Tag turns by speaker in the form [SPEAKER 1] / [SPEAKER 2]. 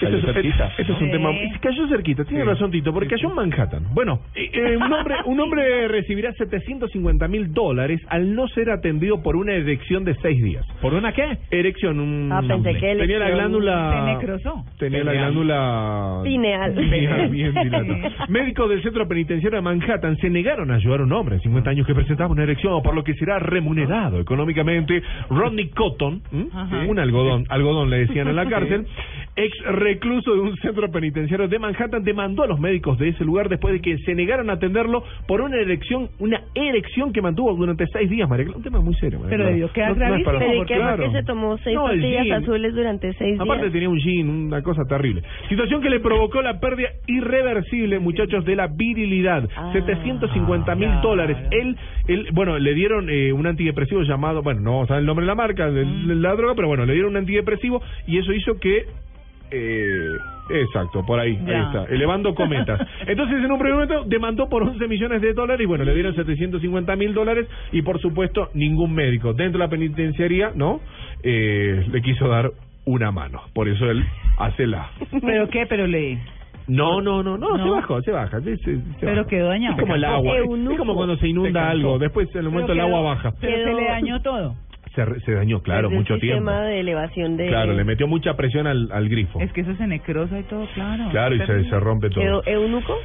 [SPEAKER 1] Cayó
[SPEAKER 2] Este es-
[SPEAKER 1] cerquita.
[SPEAKER 2] Este es un
[SPEAKER 3] Sí.
[SPEAKER 2] tema. Cayó cerquita, tiene
[SPEAKER 1] Sí.
[SPEAKER 2] razón Tito, porque cayó en Manhattan. Bueno, eh, un, hombre, un hombre recibirá 750 mil dólares al no ser atendido por una erección de seis días.
[SPEAKER 1] ¿Por una qué?
[SPEAKER 2] Erección, un.
[SPEAKER 3] Ah, pensé que
[SPEAKER 2] tenía la
[SPEAKER 3] erección
[SPEAKER 2] glándula.
[SPEAKER 3] se necrosó.
[SPEAKER 2] Tenía la
[SPEAKER 1] Pineal.
[SPEAKER 2] glándula.
[SPEAKER 3] Pineal.
[SPEAKER 2] Pineal, bien dilatada. Médicos del centro penitenciario de Manhattan se negaron a ayudar a un hombre de 50 años que presentaba una erección, por lo que será remunerado económicamente. Rodney Cotton, ¿m?
[SPEAKER 3] Ajá.
[SPEAKER 2] un algodón, algodón le decían en la cárcel. Ex recluso de un centro penitenciario de Manhattan demandó a los médicos de ese lugar después de que se negaron a atenderlo por una erección, una erección que mantuvo durante seis días, María Clara. Un tema muy serio, María
[SPEAKER 3] Pero
[SPEAKER 2] Clara.
[SPEAKER 3] debió quedar
[SPEAKER 2] es para
[SPEAKER 3] gravísimo,
[SPEAKER 2] jugar,
[SPEAKER 4] Pero ¿y qué fue
[SPEAKER 2] claro.
[SPEAKER 4] que se tomó seis
[SPEAKER 2] No, el
[SPEAKER 4] pastillas
[SPEAKER 2] gin.
[SPEAKER 4] azules durante seis días?
[SPEAKER 2] Aparte tenía un jean, una cosa terrible. Situación que le provocó la pérdida irreversible, muchachos, de la virilidad.
[SPEAKER 4] Ah,
[SPEAKER 2] 750 mil
[SPEAKER 3] claro.
[SPEAKER 2] dólares. Él, él, bueno, le dieron eh, un antidepresivo llamado, bueno, no vamos a saber el nombre de la marca, de de la droga, pero bueno, le dieron un antidepresivo y eso hizo que... eh, exacto, por ahí, ahí
[SPEAKER 3] Ya.
[SPEAKER 2] está, elevando cometas. Entonces, en un primer momento, demandó por 11 millones de dólares y bueno, le dieron 750 mil dólares y por supuesto, ningún médico dentro de la penitenciaría, ¿no? Eh, le quiso dar una mano. Por eso él hace la.
[SPEAKER 3] ¿Pero qué? ¿Pero le...?
[SPEAKER 2] No, no, no, no,
[SPEAKER 3] No.
[SPEAKER 2] se bajó, se baja. se- se- se
[SPEAKER 3] Pero
[SPEAKER 2] baja.
[SPEAKER 3] quedó dañado.
[SPEAKER 2] Es como el
[SPEAKER 4] Se
[SPEAKER 2] agua.
[SPEAKER 4] cansó.
[SPEAKER 2] Es como
[SPEAKER 4] Eunuco.
[SPEAKER 2] cuando se
[SPEAKER 1] Se
[SPEAKER 2] inunda
[SPEAKER 1] cansó.
[SPEAKER 2] algo. Después, en el momento, el
[SPEAKER 3] Pero
[SPEAKER 2] agua
[SPEAKER 3] quedó-
[SPEAKER 2] baja.
[SPEAKER 3] Pero
[SPEAKER 4] Quedó-
[SPEAKER 3] se le dañó todo.
[SPEAKER 2] Se, re- se dañó, claro,
[SPEAKER 4] Desde
[SPEAKER 2] mucho
[SPEAKER 4] el
[SPEAKER 2] tiempo.
[SPEAKER 4] sistema de elevación de...
[SPEAKER 2] Claro, le metió mucha presión al, al grifo.
[SPEAKER 3] Es que eso se necrosa y todo, claro.
[SPEAKER 2] Claro, y se,
[SPEAKER 3] Terrible.
[SPEAKER 4] E
[SPEAKER 2] se rompe todo.
[SPEAKER 4] quedó eunuco.